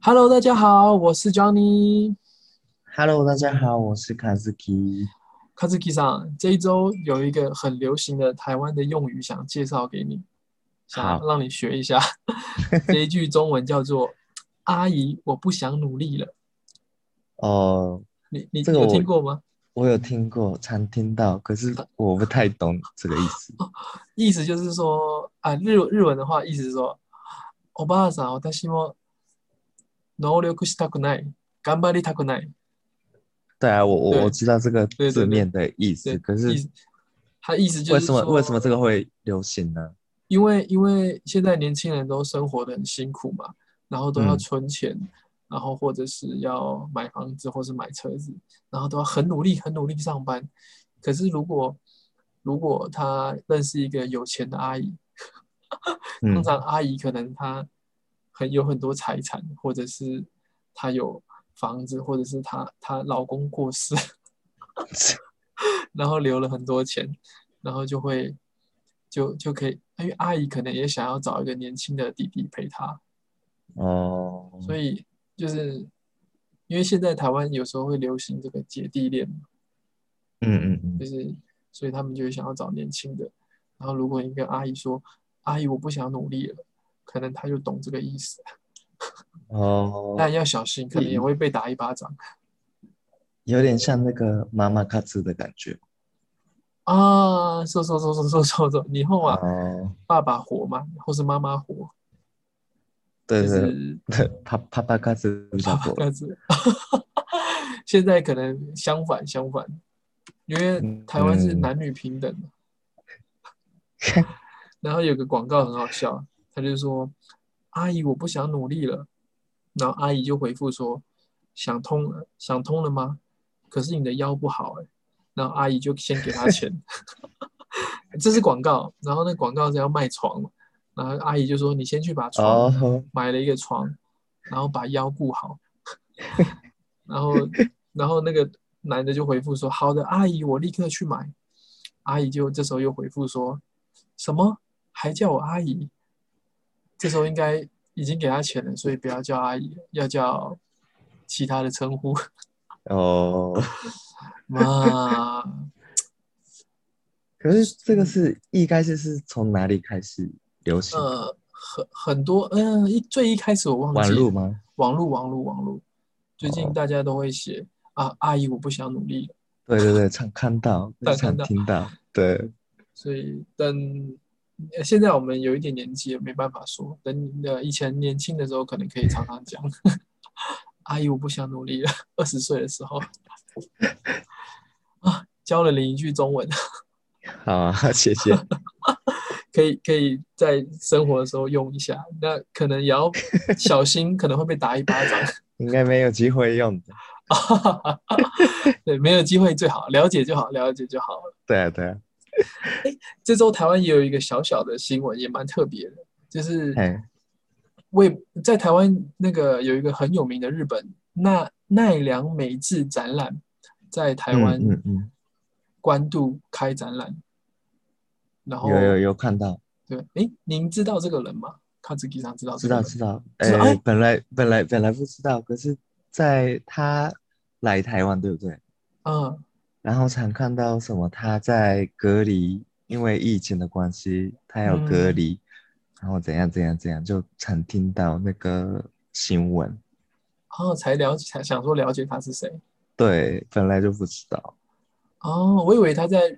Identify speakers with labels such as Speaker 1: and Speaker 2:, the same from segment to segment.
Speaker 1: Hello，大家好，我是 Johnny。
Speaker 2: Hello，大家好，我是卡斯基。
Speaker 1: 卡ズキさん，这一周有一个很流行的台湾的用语，想介绍给你，想
Speaker 2: 好，
Speaker 1: 让你学一 下。这一句中文叫做“阿姨，我不想努力了”
Speaker 2: 哦，
Speaker 1: 你。你
Speaker 2: 这个
Speaker 1: 有听
Speaker 2: 我
Speaker 1: 过吗？
Speaker 2: 我有听过，常听到，可是我不太懂这个意思。
Speaker 1: 意思就是说啊，日日文的话，意思是说“おばあさん、私も能力したくない、頑張りたくない”。
Speaker 2: 对啊，我我我
Speaker 1: 对
Speaker 2: 知道这个
Speaker 1: 对
Speaker 2: 字
Speaker 1: 对对
Speaker 2: 面的意思，
Speaker 1: 对，
Speaker 2: 可是
Speaker 1: 意思它意思就
Speaker 2: 为
Speaker 1: 是
Speaker 2: 什么为什么这
Speaker 1: 说。
Speaker 2: 个会流行呢？
Speaker 1: 因为因为现在年轻人都生活的很辛苦嘛，然后都要
Speaker 2: 嗯，
Speaker 1: 存钱，然后或者是要买房子或是买车子，然后都要很努力很努力上班。可是如果如果他认识一个有钱的阿姨，通
Speaker 2: 嗯，
Speaker 1: 常阿姨可能她很有很多财产，或者是她有房子，或者是她她老公过世，然后留了很多钱，然后就会就就可以，因为阿姨可能也想要找一个年轻的弟弟陪她，
Speaker 2: 哦，
Speaker 1: 所以就是因为现在台湾有时候会流行这个姐弟恋嘛，
Speaker 2: 嗯嗯嗯，
Speaker 1: 就是所以他们就会想要找年轻的，然后如果你跟阿姨说，阿姨我不想努力了，可能她就懂这个意思，
Speaker 2: 哦，
Speaker 1: 但要小心，可能也
Speaker 2: 有
Speaker 1: 会被打一巴掌
Speaker 2: 有点像那个妈妈卡兹的感觉。
Speaker 1: 啊！说说说说说说说，你后啊，
Speaker 2: 哦，
Speaker 1: 爸爸活嘛，或是妈妈活，
Speaker 2: 对
Speaker 1: 就
Speaker 2: 对对，
Speaker 1: 是。
Speaker 2: 帕帕帕卡兹比较
Speaker 1: 爸爸
Speaker 2: 多。
Speaker 1: 这样子，现在可能相反相反，因为台湾是
Speaker 2: 嗯，
Speaker 1: 男女平等 嘛。然后有个广告很好笑，他就说：“阿姨，我不想努力了。”然后阿姨就回复说：“想通了，想通了吗？可是你的腰不好哎、然后阿姨就先给他 钱，这是广告。然后那广告是要卖床嘛，然后阿姨就说：“你先去把床
Speaker 2: 哦，
Speaker 1: 买了一个床，然后把腰顾好。” 然后，然后那个男的就回复说：“好的，阿姨，我立刻去买。”阿姨就这时候又回复说：“什么？还叫我阿姨？”这时候应该已经给他钱了，所以不要叫阿姨，要叫其他的称 呼。
Speaker 2: 哦。
Speaker 1: 嘛，
Speaker 2: 可是这个
Speaker 1: 嗯
Speaker 2: 是一开始是从哪里开始流行的？
Speaker 1: 呃，很很多，嗯、一最一开始我忘
Speaker 2: 网
Speaker 1: 记
Speaker 2: 络
Speaker 1: 了，
Speaker 2: 吗？
Speaker 1: 网络，网络，网络，最近
Speaker 2: 哦，
Speaker 1: 大家都会写啊，阿姨，我不想努力了，
Speaker 2: 对对对，常看到，
Speaker 1: 大家看
Speaker 2: 常
Speaker 1: 到。
Speaker 2: 听到，对，
Speaker 1: 所以等呃现在我们有一点年纪了，没办法说。等你呃以前年轻的时候，可能可以常常讲， 阿姨，我不想努力了。二十岁的时候 啊，教了你一句中文，
Speaker 2: 好啊， 谢谢。
Speaker 1: 可以可以在生活的时候用一下。那可能也要小心，可能会被打一巴掌。
Speaker 2: 应该没有机会用的。
Speaker 1: 对，没有机会最好，了解就好，了解就好了。
Speaker 2: 对啊，对啊，
Speaker 1: 这周台湾也有一个小小的新闻，也蛮特别的，就是
Speaker 2: 哎，
Speaker 1: 我也在台湾那个有一个很有名的日本奈奈良美智展览，在台
Speaker 2: 嗯
Speaker 1: 湾
Speaker 2: 嗯嗯，
Speaker 1: 关渡开展览，然
Speaker 2: 有有
Speaker 1: 后
Speaker 2: 有看到，
Speaker 1: 对，诶，您知道这个人吗？卡兹基上知道
Speaker 2: 知
Speaker 1: 这个
Speaker 2: 道
Speaker 1: 人，
Speaker 2: 知道。
Speaker 1: 知道
Speaker 2: 哎，
Speaker 1: 哎，
Speaker 2: 本来本来本来不知道，可是在他来台湾，对不对？
Speaker 1: 嗯
Speaker 2: 然后常看到什么他在隔离，因为疫情的关系，他有隔
Speaker 1: 嗯，
Speaker 2: 离，然后怎样怎样怎样，就常听到那个新闻。
Speaker 1: 哦，才了解，才想说了解他是谁，
Speaker 2: 对，本来就不知道。
Speaker 1: 哦，我以为他在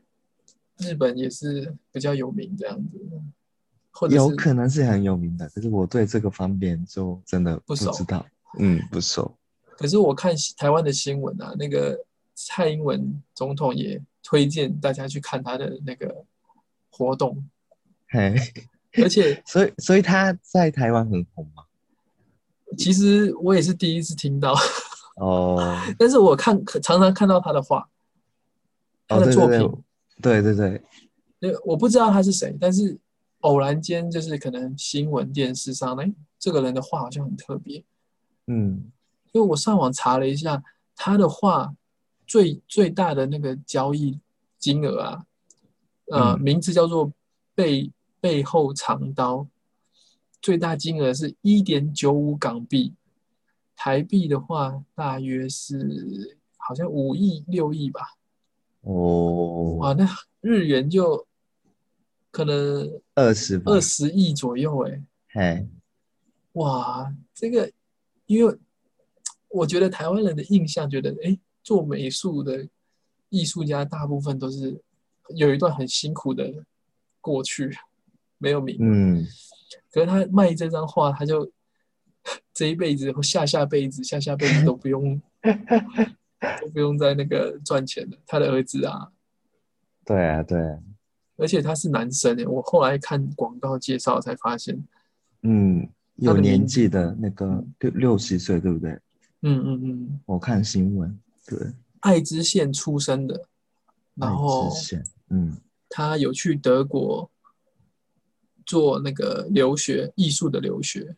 Speaker 1: 日本也是比较有名这样子，或者
Speaker 2: 有
Speaker 1: 是
Speaker 2: 可能是很有名的，可是我对这个方面就真的
Speaker 1: 不
Speaker 2: 不知
Speaker 1: 熟。
Speaker 2: 道，嗯，不熟。
Speaker 1: 可是我看新台湾的新闻啊，那个蔡英文总统也推荐大家去看他的那个活动，
Speaker 2: 嘿，
Speaker 1: 而且
Speaker 2: 所以所以他在台湾很红嘛？
Speaker 1: 其实我也是第一次听到，
Speaker 2: 哦
Speaker 1: 但是我看常常看到他的画，他
Speaker 2: 哦，
Speaker 1: 的
Speaker 2: 对
Speaker 1: 作
Speaker 2: 对对
Speaker 1: 品，
Speaker 2: 对对对，
Speaker 1: 因为我不知道他是谁，但是偶然间就是可能新闻电视上，哎，这个人的画好像很特别，
Speaker 2: 嗯，
Speaker 1: 因为我上网查了一下，他的画最最大的那个交易金额啊，呃，
Speaker 2: 嗯，
Speaker 1: 名字叫做背背后长刀，最大金额是一点九五港币，台币的话大约是好像五亿六亿吧，哇，
Speaker 2: 哦，
Speaker 1: 那日元就可能
Speaker 2: 二十吧
Speaker 1: 二，十亿左右哎、
Speaker 2: 嘿，
Speaker 1: 哇，这个因为我觉得台湾人的印象觉得，哎，做美术的艺术家大部分都是有一段很辛苦的过去，没有名。
Speaker 2: 嗯，
Speaker 1: 可是他卖这张画，他就 这一辈子或下下辈子、下下辈子都不 用都不用在那个赚钱了。他的儿子啊，
Speaker 2: 对啊，对啊，
Speaker 1: 而且他是男生诶，欸我后来看广告介绍才发现，
Speaker 2: 嗯，有
Speaker 1: 的
Speaker 2: 年
Speaker 1: 名
Speaker 2: 纪的那个六六十岁，对不对？
Speaker 1: 嗯嗯嗯，
Speaker 2: 我看新闻，对，
Speaker 1: 爱知县出生的，然
Speaker 2: 爱知
Speaker 1: 后
Speaker 2: 县，嗯，
Speaker 1: 他有去德国做那个留学，艺术的留学。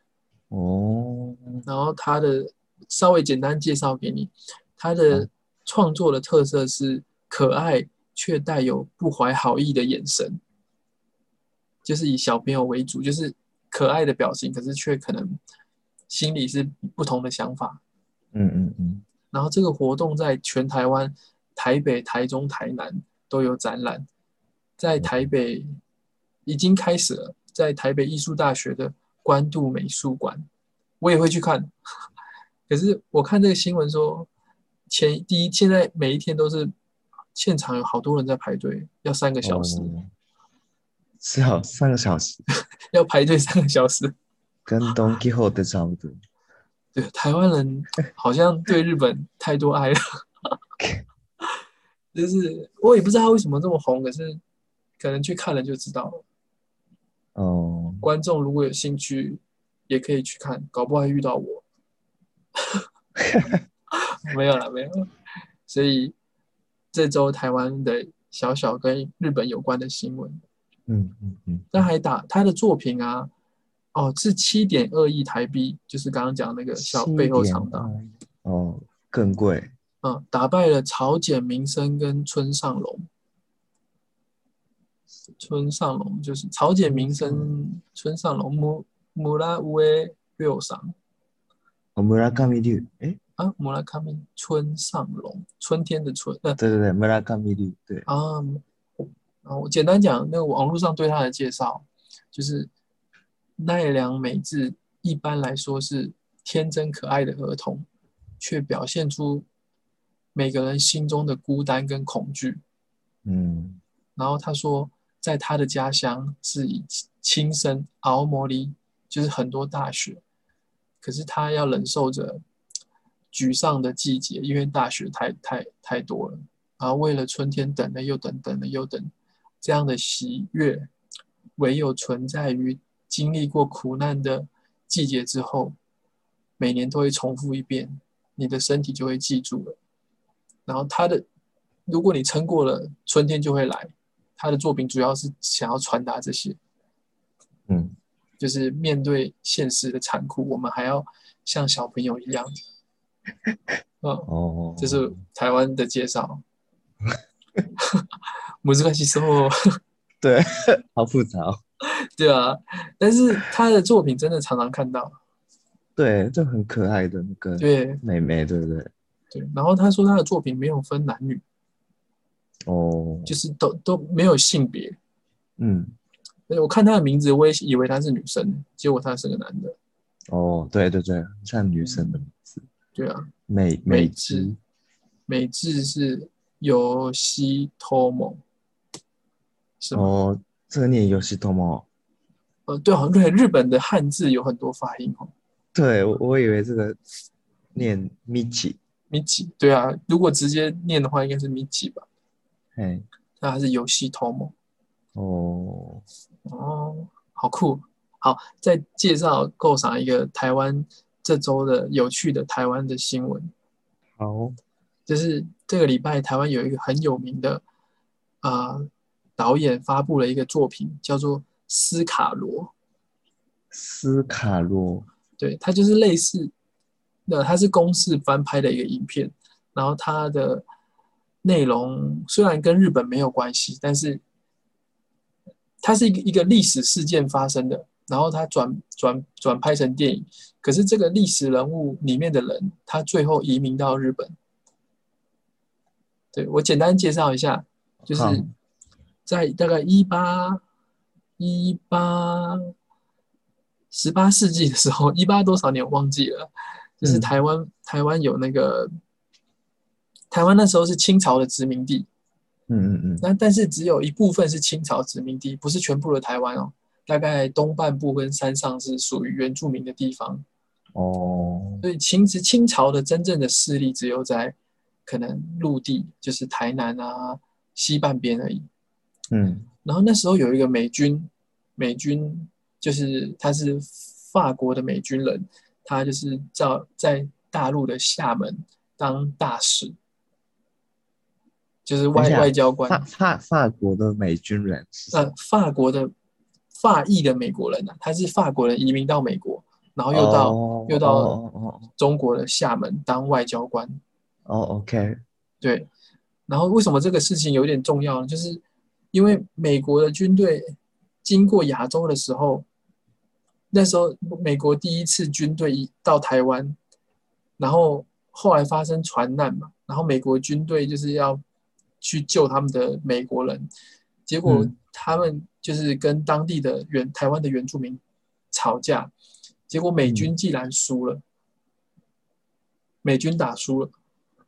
Speaker 2: 哦，
Speaker 1: 然后他的稍微简单介绍给你，他的创作的特色是可爱却带有不怀好意的眼神，就是以小朋友为主，就是可爱的表情，可是却可能心里是不同的想法。
Speaker 2: 嗯嗯嗯，
Speaker 1: 然后这个活动在全台湾、台北、台中、台南都有展览，在台北已经开始了，在台北艺术大学的关渡美术馆，我也会去看。 可是我看这个新闻说，前第一现在每一天都是现场有好多人在排队，要三个小时，
Speaker 2: 哦是好三个小时，
Speaker 1: 要排队三个小时。
Speaker 2: 跟 Don Quixote 差不多，
Speaker 1: 对，台湾人好像对日本太多爱了， 就是我也不知道他为什么这么红，可是可能去看了就知道了。
Speaker 2: 哦，
Speaker 1: 观众如果有兴趣，也可以去看，搞不好还遇到我。 没有了，没有啦。所以这周台湾的小小跟日本有关的新闻，
Speaker 2: 嗯嗯嗯，
Speaker 1: 那还打他的作品啊，哦，是七点二亿台币，就是刚刚讲那个小背后啊
Speaker 2: 7.2
Speaker 1: 长大。
Speaker 2: 哦，更贵，
Speaker 1: 嗯，打败了朝鲜民生跟村上隆。村上隆就是朝鲜民生，村上隆木木拉乌诶六上
Speaker 2: 哦，Murakami Ryu，诶，
Speaker 1: 啊，木拉卡米村上隆，春天的春，呃
Speaker 2: 对对对，Murakami Ryu，对，
Speaker 1: 啊，啊，我简单讲那个网络上对他的介绍，就是奈良美智一般来说是天真可爱的儿童，却表现出每个人心中的孤单跟恐惧。
Speaker 2: 嗯，
Speaker 1: 然后他说，在他的家乡是以亲亲身熬磨离，就是很多大雪，可是他要忍受着沮丧的季节，因为大雪太太太多了。然后啊为了春天等了又等，等了又等，这样的喜悦，唯有存在于经历过苦难的季节之后，每年都会重复一遍，你的身体就会记住了。然后他的，如果你撑过了，春天就会来。他的作品主要是想要传达这些，
Speaker 2: 嗯，
Speaker 1: 就是面对现实的残酷，我们还要像小朋友一样。 嗯，
Speaker 2: 哦，
Speaker 1: 这是台湾的介 绍。難しそう。
Speaker 2: 对，好复杂哦，
Speaker 1: 哦 对啊，但是他的作品真的常常看到。
Speaker 2: 对，就很可爱的那个
Speaker 1: 对
Speaker 2: 妹妹，对不对？
Speaker 1: 对，然后他说他的作品没有分男女，
Speaker 2: 哦，
Speaker 1: 就是都都没有性别。
Speaker 2: 嗯，
Speaker 1: 我看他的名字，我也以为他是女生，结果他是个男的。
Speaker 2: 哦，对对对，像女生的名字，
Speaker 1: 对啊，
Speaker 2: 美
Speaker 1: 美
Speaker 2: 美
Speaker 1: 智
Speaker 2: 之，
Speaker 1: 美智是由西托蒙，是吗？
Speaker 2: 哦，这个念游戏多么，
Speaker 1: 呃，对，好像对日本的汉字有很多发音哦。
Speaker 2: 对我我以为这个念 Michi，
Speaker 1: 米奇，对啊，如果直接念的话，应该是米奇吧？
Speaker 2: 嘿，
Speaker 1: 那还是游戏托蒙
Speaker 2: 哦，
Speaker 1: 哦，好酷！好，再介绍够赏一个台湾这周的有趣的台湾的新闻，
Speaker 2: 好，
Speaker 1: 就是这个礼拜台湾有一个很有名的啊、呃导演发布了一个作品，叫做《斯卡罗》。
Speaker 2: 斯卡罗，
Speaker 1: 对，它就是类似，那它是公式翻拍的一个影片，然后它的内容虽然跟日本没有关系，但是它是一个一个历史事件发生的，然后他转转转拍成电影。可是这个历史人物里面的人，他最后移民到日本。对我简单介绍一下，就是
Speaker 2: 好
Speaker 1: 在大概一八一八十八世纪的时候，一八多少年我忘记了，就是
Speaker 2: 嗯
Speaker 1: 台湾、台湾有那个台湾那时候是清朝的殖民地，
Speaker 2: 嗯嗯嗯，
Speaker 1: 那但是只有一部分是清朝殖民地，不是全部的台湾哦。大概东半部跟山上是属于原住民的地方，
Speaker 2: 哦，
Speaker 1: 所以清其实清朝的真正的势力只有在可能陆地，就是台南啊西半边而已。
Speaker 2: 嗯
Speaker 1: 然后那时候有一个美军，美军就是他是法国的美军人，他就是在在大陆的厦门当大使，就是外
Speaker 2: 等一下
Speaker 1: 外交官。
Speaker 2: 法法法国的美军人是什
Speaker 1: 呃
Speaker 2: 么，
Speaker 1: 法国的法裔的美国人啊，他是法国人移民到美国，然后又到、
Speaker 2: 哦
Speaker 1: 又到
Speaker 2: 哦哦哦
Speaker 1: 中国的厦门当外交官。
Speaker 2: 哦，OK，
Speaker 1: 对，然后为什么这个事情有点重要呢？就是因为美国的军队经过亚洲的时候，那时候美国第一次军队一到台湾，然后后来发生船难嘛，然后美国军队就是要去救他们的美国人，结果
Speaker 2: 嗯
Speaker 1: 他们就是跟当地的原台湾的原住民吵架，结果美军既然输了，美军打输了。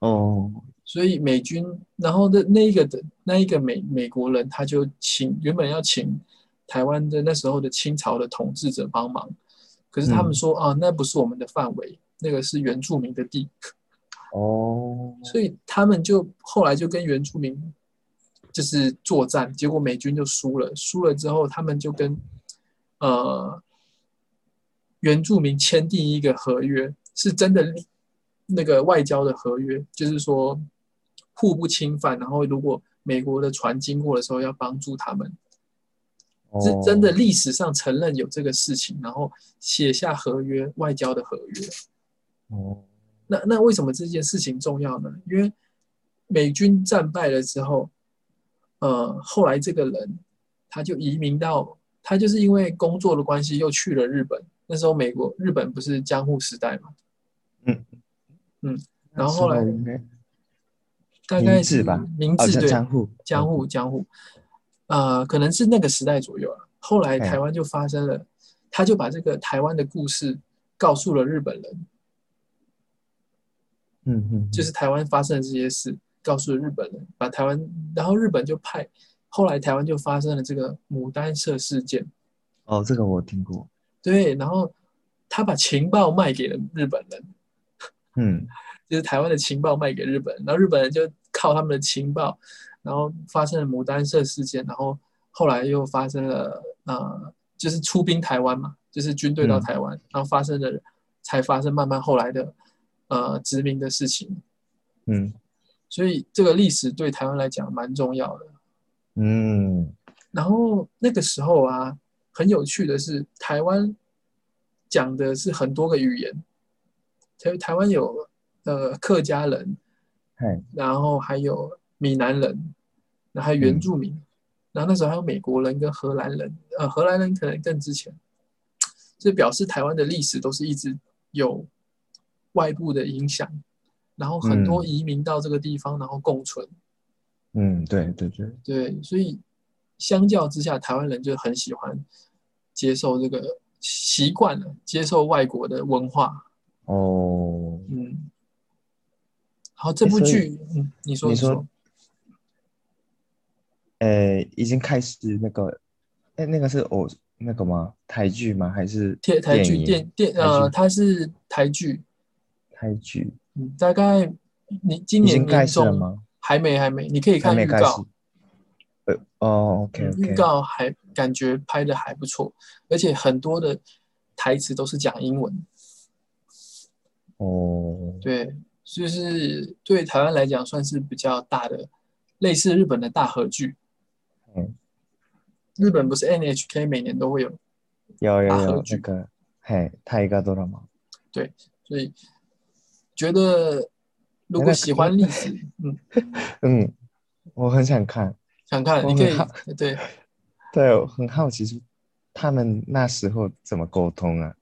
Speaker 2: 哦，
Speaker 1: 所以美军，然后那那一个的那一个美美国人，他就请原本要请台湾的那时候的清朝的统治者帮忙，可是他们
Speaker 2: 嗯
Speaker 1: 说、啊，那不是我们的范围，那个是原住民的地，
Speaker 2: 哦，
Speaker 1: 所以他们就后来就跟原住民就是作战，结果美军就输了，输了之后他们就跟呃原住民签订一个合约，是真的立那个外交的合约，就是说互不侵犯，然后如果美国的船经过的时候要帮助他们，是真的
Speaker 2: 哦
Speaker 1: 历史上承认有这个事情，然后写下合约，外交的合约。
Speaker 2: 哦，
Speaker 1: 那那为什么这件事情重要呢？因为美军战败了之后，呃，后来这个人他就移民到，他就是因为工作的关系又去了日本。那时候美国日本不是江户时代嘛，
Speaker 2: 嗯
Speaker 1: 嗯，然后后来
Speaker 2: 那时候应该
Speaker 1: 大概
Speaker 2: 明
Speaker 1: 是
Speaker 2: 治吧
Speaker 1: 明
Speaker 2: 哦，
Speaker 1: 治
Speaker 2: 江
Speaker 1: 对
Speaker 2: 江户，哦
Speaker 1: 江户江户，呃，可能是那个时代左右了。后来
Speaker 2: 哎
Speaker 1: 台湾就发生了，他就把这个台湾的故事告诉了日本人，
Speaker 2: 嗯，嗯嗯，
Speaker 1: 就是台湾发生的这些事，告诉了日本人，把台湾，然后日本就派，后来台湾就发生了这个牡丹社事件，
Speaker 2: 哦，这个我听过，
Speaker 1: 对，然后他把情报卖给了日本人，
Speaker 2: 嗯，
Speaker 1: 就是台湾的情报卖给日本人，然后日本人就靠他们的情报，然后发生了牡丹社事件，然后后来又发生了呃，就是出兵台湾嘛，就是军队到
Speaker 2: 嗯
Speaker 1: 台湾，然后发生了，才发生慢慢后来的呃殖民的事情，
Speaker 2: 嗯
Speaker 1: 所以这个历史对台湾来讲蛮重要的。
Speaker 2: 嗯，
Speaker 1: 然后那个时候啊，很有趣的是，台湾讲的是很多个语言，台台湾有呃客家人，
Speaker 2: 嗨，
Speaker 1: 然后还有闽南人，然后还有原住民，然后那时候还有美国人跟荷兰人，呃，荷兰人可能更之前，所以表示台湾的历史都是一直有外部的影响，然后很多
Speaker 2: 嗯
Speaker 1: 移民到这个地方，然后共存。
Speaker 2: 嗯，对对对，
Speaker 1: 对，所以相较之下，台湾人就很喜欢接受这个习惯了，接受外国的文化。
Speaker 2: 哦，
Speaker 1: 嗯，好，这
Speaker 2: 诶
Speaker 1: 部
Speaker 2: 所以
Speaker 1: 剧，嗯，你说
Speaker 2: 你说
Speaker 1: 说，
Speaker 2: 呃，已经开始那个，哎，那个是偶那个吗？台剧吗？还是
Speaker 1: 台台
Speaker 2: 电
Speaker 1: 剧
Speaker 2: 影
Speaker 1: 电电
Speaker 2: 台
Speaker 1: 呃，
Speaker 2: 剧
Speaker 1: 它是台剧，
Speaker 2: 台剧
Speaker 1: 嗯，大概你今
Speaker 2: 已
Speaker 1: 年
Speaker 2: 经开
Speaker 1: 年
Speaker 2: 始了
Speaker 1: 中
Speaker 2: 吗？
Speaker 1: 还没还没，你可以
Speaker 2: 还
Speaker 1: 看
Speaker 2: 没
Speaker 1: 预
Speaker 2: 开始
Speaker 1: 告，。
Speaker 2: 呃，哦，OK
Speaker 1: 嗯
Speaker 2: OK，
Speaker 1: 预告还感觉拍的还不错，而且很多的台词都是讲英文。
Speaker 2: 哦，
Speaker 1: 对，就是对台湾来讲算是比较大的，类似日本的大合剧。
Speaker 2: 嗯，
Speaker 1: 日本不是 NHK 每年都会有，
Speaker 2: 有有
Speaker 1: 大合
Speaker 2: 有
Speaker 1: 剧
Speaker 2: 那个，嘿，泰戈多了吗？
Speaker 1: 所以觉得如果喜欢历史， 嗯，
Speaker 2: 嗯，我很想看，
Speaker 1: 想看
Speaker 2: 我
Speaker 1: 你可
Speaker 2: 很好
Speaker 1: 以对
Speaker 2: 对，我很好奇是他们那时候怎么沟通啊？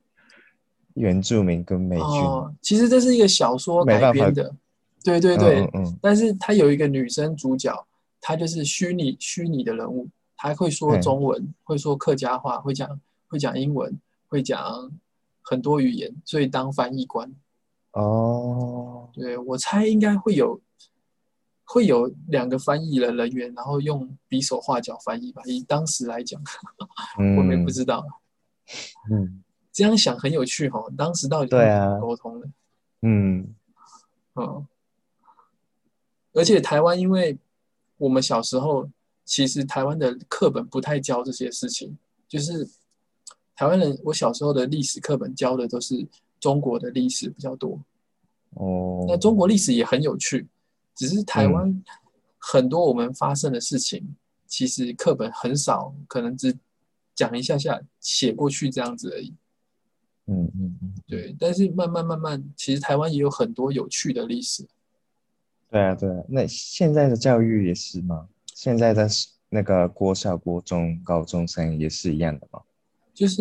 Speaker 2: 原住民跟美军，
Speaker 1: 哦，其实这是一个小说改编的，对对对。
Speaker 2: 嗯嗯
Speaker 1: 但是它有一个女生主角，她就是虚拟虚拟的人物，她会说
Speaker 2: 嗯
Speaker 1: 中文，会说客家话，会讲会讲英文，会讲很多语言，所以当翻译官。
Speaker 2: 嗯，哦，
Speaker 1: 对我猜应该会有会有两个翻译的人员，然后用比手画脚翻译吧。以当时来讲， 我们也
Speaker 2: 嗯
Speaker 1: 不知道。
Speaker 2: 嗯
Speaker 1: 这样想很有趣哦，当时到底
Speaker 2: 对啊
Speaker 1: 怎么沟通的？
Speaker 2: 嗯
Speaker 1: 嗯，而且台湾，因为我们小时候其实台湾的课本不太教这些事情，就是台湾人，我小时候的历史课本教的都是中国的历史比较多。
Speaker 2: 哦，
Speaker 1: 那中国历史也很有趣，只是台
Speaker 2: 嗯
Speaker 1: 湾很多我们发生的事情，其实课本很少，可能只讲一下下写过去这样子而已。
Speaker 2: 嗯嗯嗯，
Speaker 1: 对，但是慢慢慢慢，其实台湾也有很多有趣的历史。
Speaker 2: 对啊对啊，那现在的教育也是吗？现在的是那个国小、国中、高中生也是一样的吗？
Speaker 1: 就是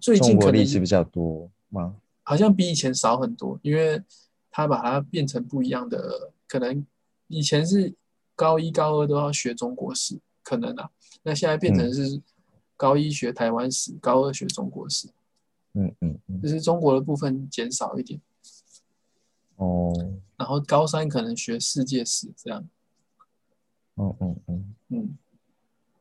Speaker 1: 最
Speaker 2: 中
Speaker 1: 近
Speaker 2: 国
Speaker 1: 可能
Speaker 2: 历史比较多吗？
Speaker 1: 好像比以前少很多，因为他把它变成不一样的，可能以前是高一高二都要学中国史，可能啊，那现在变成是高一学台湾史，高二学中国史，
Speaker 2: 嗯嗯嗯，
Speaker 1: 就是中国的部分减少一点，
Speaker 2: 哦，
Speaker 1: 然后高三可能学世界史这样，
Speaker 2: 嗯嗯嗯，
Speaker 1: 嗯，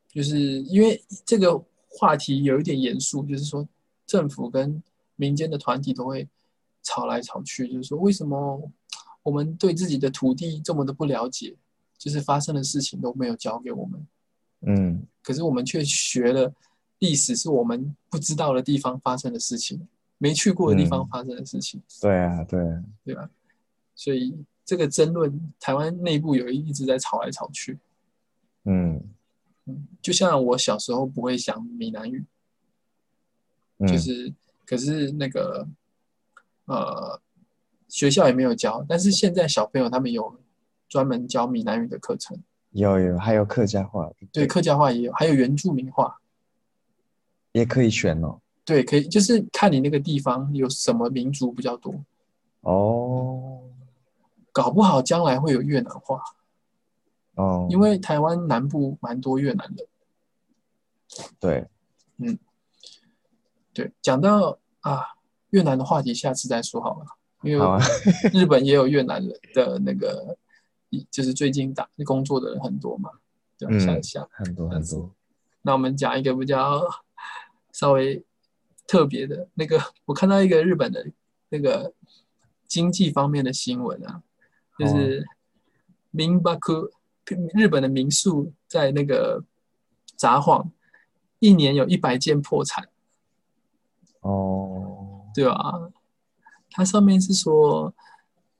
Speaker 1: 就是因为这个话题有一点严肃，就是说政府跟民间的团体都会吵来吵去，就是说为什么我们对自己的土地这么的不了解，就是发生的事情都没有教给我们，
Speaker 2: 嗯
Speaker 1: 可是我们却学了历史是我们不知道的地方发生的事情，没去过的地方
Speaker 2: 嗯
Speaker 1: 发生的事情，
Speaker 2: 对啊对啊，
Speaker 1: 对吧？所以这个争论，台湾内部有一直在吵来吵去。
Speaker 2: 嗯
Speaker 1: 嗯，就像我小时候不会讲闽南语，
Speaker 2: 嗯，
Speaker 1: 就是可是那个呃学校也没有教，但是现在小朋友他们有专门教闽南语的课程，
Speaker 2: 有有，还有客家话，
Speaker 1: 对，客家话也有，还有原住民话，
Speaker 2: 也可以选哦。
Speaker 1: 对，可以就是看你那个地方有什么民族比较多，
Speaker 2: 哦
Speaker 1: 搞不好将来会有越南话，
Speaker 2: 哦，
Speaker 1: 因为台湾南部蛮多越南的。
Speaker 2: 对，
Speaker 1: 对，讲到啊越南的话题，下次再说好了，因为
Speaker 2: 好啊，
Speaker 1: 日本也有越南人的那个，就是最近打工作的人很多嘛，对吧？
Speaker 2: 嗯
Speaker 1: 想一想，
Speaker 2: 很多很多，
Speaker 1: 那我们讲一个比较稍微特别的那个，我看到一个日本的那个经济方面的新闻啊，就是民巴库日本的民宿在那个札幌，一年有一百件破产。
Speaker 2: 哦，
Speaker 1: 对啊，它上面是说，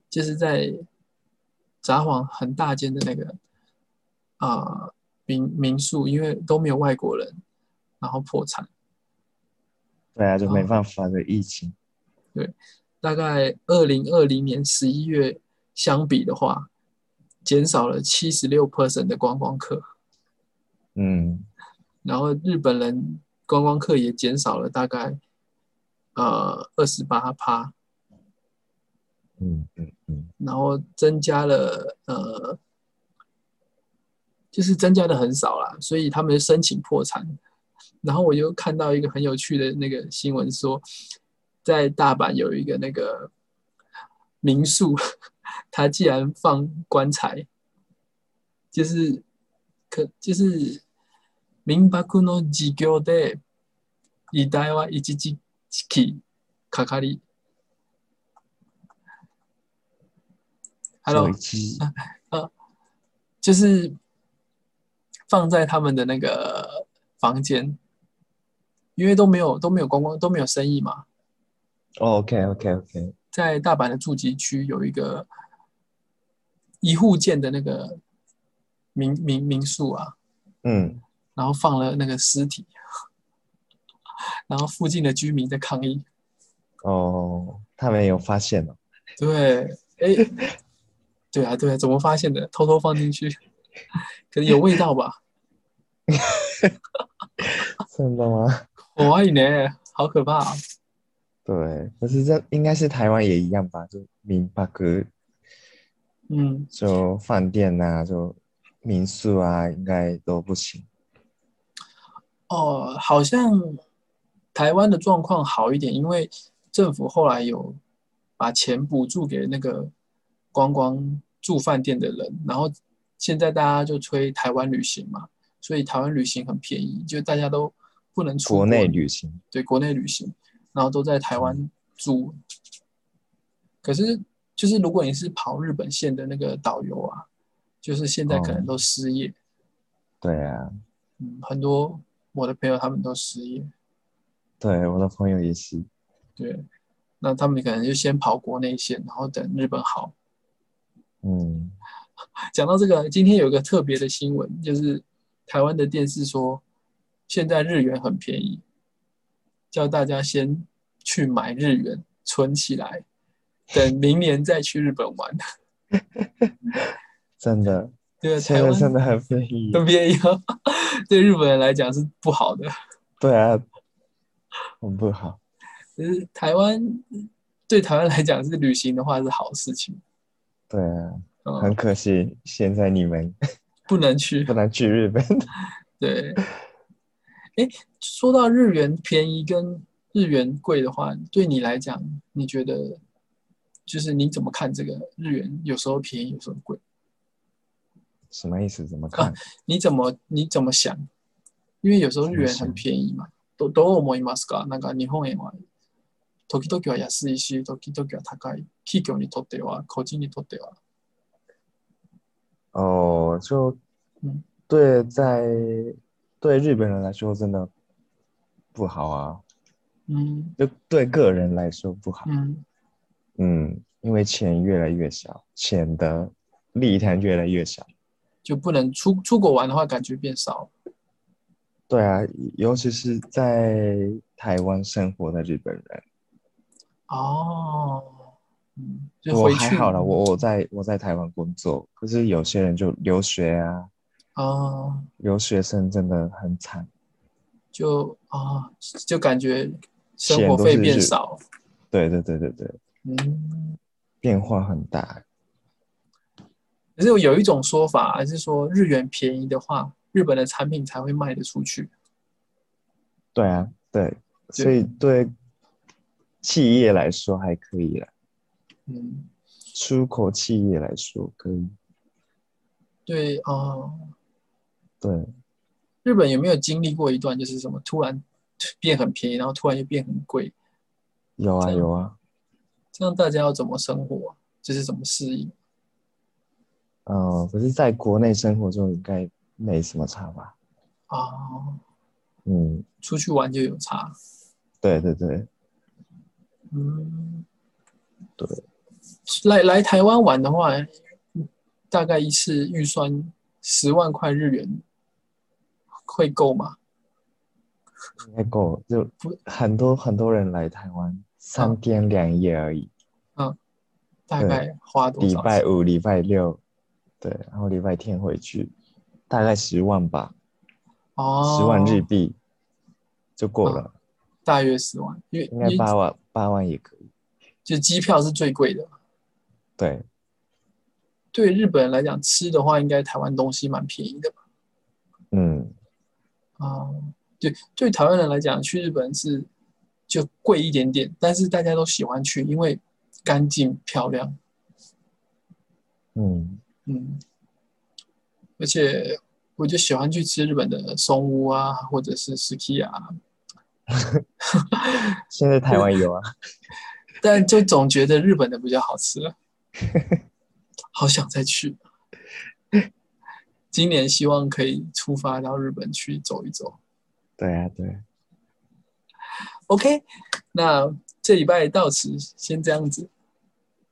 Speaker 1: 就是在札幌很大间的那个啊、呃民民宿，因为都没有外国人，然后破产，
Speaker 2: 对啊，就没
Speaker 1: 哦
Speaker 2: 办法的疫情，
Speaker 1: 大概二零二零年十一月相比的话，减少了七十六 percent 的观光客，
Speaker 2: 嗯，
Speaker 1: 然后日本人观光客也减少了大概呃二十八趴，
Speaker 2: 嗯嗯嗯，
Speaker 1: 然后增加了呃，就是增加的很少啦，所以他们申请破产。然后我又看到一个很有趣的那个新闻说，在大阪有一个那个民宿，他竟然放棺材，就是可就是民泊の事業で遺体は一時期かかり。Hello，
Speaker 2: 手机，
Speaker 1: 就是放在他们的那个房间，因为都没有都没有观光都没有生意嘛，
Speaker 2: 哦，OK OK OK，
Speaker 1: 在大阪的住集区有一个一户建的那个民民民宿啊，
Speaker 2: 嗯，
Speaker 1: 然后放了那个尸体，然后附近的居民在抗议，
Speaker 2: 哦，他们有发现哦 了，
Speaker 1: 对，哎，对啊对啊，怎么发现的？偷偷放进去，可能有味道吧。
Speaker 2: 真的吗？
Speaker 1: 我爱你呢，好可怕、啊！
Speaker 2: 对，不是这应该是台湾也一样吧？就民泊个
Speaker 1: 嗯，
Speaker 2: 就饭店呐、就民宿啊，应该都不行。
Speaker 1: 哦，好像台湾的状况好一点，因为政府后来有把钱补助给那个观光住饭店的人，然后现在大家就吹台湾旅行嘛，所以台湾旅行很便宜，就大家都不能出
Speaker 2: 国内旅嗯行，
Speaker 1: 对国内旅行，然后都在台湾住。可是，就是如果你是跑日本线的那个导游啊，就是现在可
Speaker 2: 哦
Speaker 1: 能都失业，
Speaker 2: 对啊，
Speaker 1: 嗯，很多我的朋友他们都失业，
Speaker 2: 对，我的朋友也是，
Speaker 1: 对，那他们可能就先跑国内线，然后等日本好。
Speaker 2: 嗯，
Speaker 1: 讲到这个，今天有一个特别的新闻，就是台湾的电视说，现在日元很便宜，叫大家先去买日元存起来，等明年再去日本玩。
Speaker 2: 真的，
Speaker 1: 对啊，
Speaker 2: 现
Speaker 1: 台
Speaker 2: 在
Speaker 1: 湾
Speaker 2: 真的很便宜。
Speaker 1: 很便宜哦， 对日本人来讲是不好的。
Speaker 2: 对啊，很不好。
Speaker 1: 就是台湾对台湾来讲是旅行的话是好事情，
Speaker 2: 对啊，很
Speaker 1: 嗯，
Speaker 2: 可惜，现在你们
Speaker 1: 不能去
Speaker 2: 不。能去日本。
Speaker 1: 对，哎，说到日元便宜跟日元贵的话，对你来讲，你觉得就是你怎么看这个日元有时候便宜有时候贵？
Speaker 2: 什么意思？怎么看？
Speaker 1: 你怎么你怎么想？因为有时候日元
Speaker 2: 怎
Speaker 1: 很
Speaker 2: 么想
Speaker 1: 便宜嘛。どどう思いますか？なんか日本円は時々は安いし、時々は高い。企業にとっては、個人にとっては。
Speaker 2: 哦，就
Speaker 1: 嗯
Speaker 2: 对在对日本人来说真的不好啊，
Speaker 1: 嗯
Speaker 2: 就对个人来说不好。
Speaker 1: 嗯
Speaker 2: 嗯，因为钱越来越少，钱的利摊越来越小。
Speaker 1: 就不能出出国玩的话，感觉变少。
Speaker 2: 对啊，尤其是在台湾生活的日本人，
Speaker 1: 哦，嗯，就
Speaker 2: 我
Speaker 1: 回
Speaker 2: 还
Speaker 1: 去
Speaker 2: 好了，我我在我在台湾工作，可是有些人就留学啊，
Speaker 1: 哦，
Speaker 2: 留学生真的很惨，
Speaker 1: 就啊，就感觉生
Speaker 2: 钱
Speaker 1: 活
Speaker 2: 都
Speaker 1: 费
Speaker 2: 是
Speaker 1: 变
Speaker 2: 日
Speaker 1: 少。
Speaker 2: 对对对对对，
Speaker 1: 嗯，
Speaker 2: 变化很大。
Speaker 1: 可是有一种说法，还是说日元便宜的话，日本的产品才会卖得出去。
Speaker 2: 对啊，对，所以对企业来说还可以啦，
Speaker 1: 嗯，
Speaker 2: 出口企业来说可以。
Speaker 1: 对哦，
Speaker 2: 对，
Speaker 1: 日本有没有经历过一段就是什么突然变很便宜，然后突然又变很贵？
Speaker 2: 有
Speaker 1: 这
Speaker 2: 啊
Speaker 1: 样
Speaker 2: 有啊，
Speaker 1: 这样大家要怎么生活啊？就是怎么适应？
Speaker 2: 嗯，可是在国内生活中应该没什么差吧？
Speaker 1: 哦，
Speaker 2: 嗯，
Speaker 1: 出去玩就有差。
Speaker 2: 对对对
Speaker 1: 嗯，
Speaker 2: 对，
Speaker 1: 来来台湾玩的话，大概一次预算十万块日元会够吗？
Speaker 2: 应该够了，就
Speaker 1: 不
Speaker 2: 很多很多人来台
Speaker 1: 嗯
Speaker 2: 湾三天两夜而已，
Speaker 1: 大概花多
Speaker 2: 礼
Speaker 1: 少
Speaker 2: 拜
Speaker 1: 钱？
Speaker 2: 五、礼拜六，对，然后礼拜天回去，大概十万吧，
Speaker 1: 哦，
Speaker 2: 十万日，币就够了，
Speaker 1: 大约十万，因为
Speaker 2: 应
Speaker 1: 因
Speaker 2: 该
Speaker 1: 为
Speaker 2: 八万八万也可以，
Speaker 1: 就机票是最贵的。
Speaker 2: 对。
Speaker 1: 对日本人来讲，吃的话应该台湾东西蛮便宜的吧？
Speaker 2: 嗯，
Speaker 1: 啊、对，对台湾人来讲，去日本是就贵一点点，但是大家都喜欢去，因为干净漂亮。
Speaker 2: 嗯，
Speaker 1: 嗯，而且我就喜欢去吃日本的松屋啊，或者是 Sukiya，啊
Speaker 2: 现在台湾 有啊，
Speaker 1: 但就总觉得日本的比较好吃，好想再去。今年希望可以出发到日本去走一走。
Speaker 2: 对啊，对啊，
Speaker 1: OK，那这礼拜到此先这样子。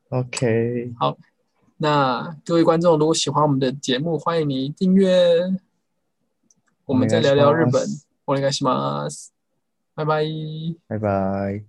Speaker 2: OK，
Speaker 1: 那各位观众，如果喜欢我们的节目，欢迎你订阅。我们再聊聊日本。お願いします。拜拜。
Speaker 2: 拜拜。